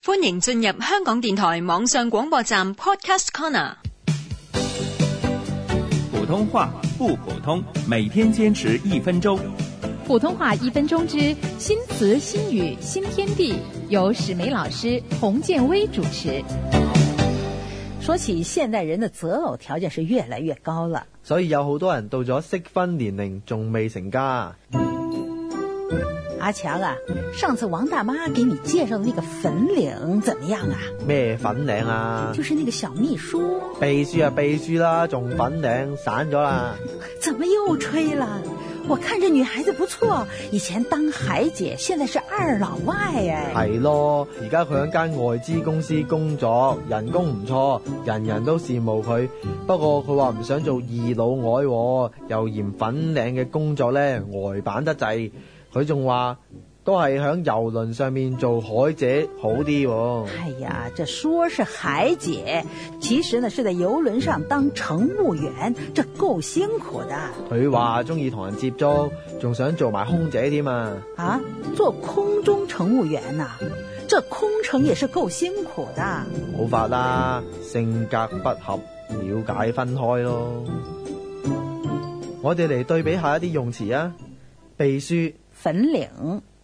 歡迎進入香港電台網上廣播站 Podcast Corner。普通话不普通，每天坚持一分钟。普通话一分钟之新词新语新天地，由史梅老师、洪建威主持。说起现代人的择偶条件是越来越高了，所以有好多人到咗適婚年齡仲未成家。阿强啊，上次王大妈给你介绍的那个粉领怎么样啊？咩粉領啊？就是那个小秘书，秘書啊秘書啦，仲粉領散咗啦。怎么又吹了？我看这女孩子不错，以前当海姐，现在是二老外哎。係咯，而家佢喺間外資公司工作，人工唔錯，人人都羨慕佢。不過佢話唔想做二老外喎，又嫌粉領嘅工作咧呆板得滯。佢仲話都係喺郵輪上面做海姐好啲喎。哎呀，这说是海姐，其实呢是在游轮上当乘务员，这够辛苦的佢話中意同人接觸，仲想做埋空姐添啊！啊！做空中乘务员呐、这空乘也是够辛苦的。冇法啦，性格不合，了解分開咯。我哋嚟對比下一啲用詞啊，秘書、粉领、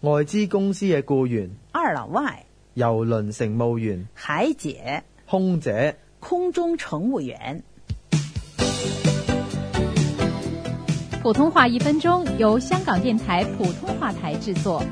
外資公司嘅僱員、二老外、郵輪乘務員、海姐、空姐。空中乘务员。普通话一分钟由香港电台普通话台制作。